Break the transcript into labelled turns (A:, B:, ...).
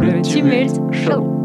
A: Le tumulte show.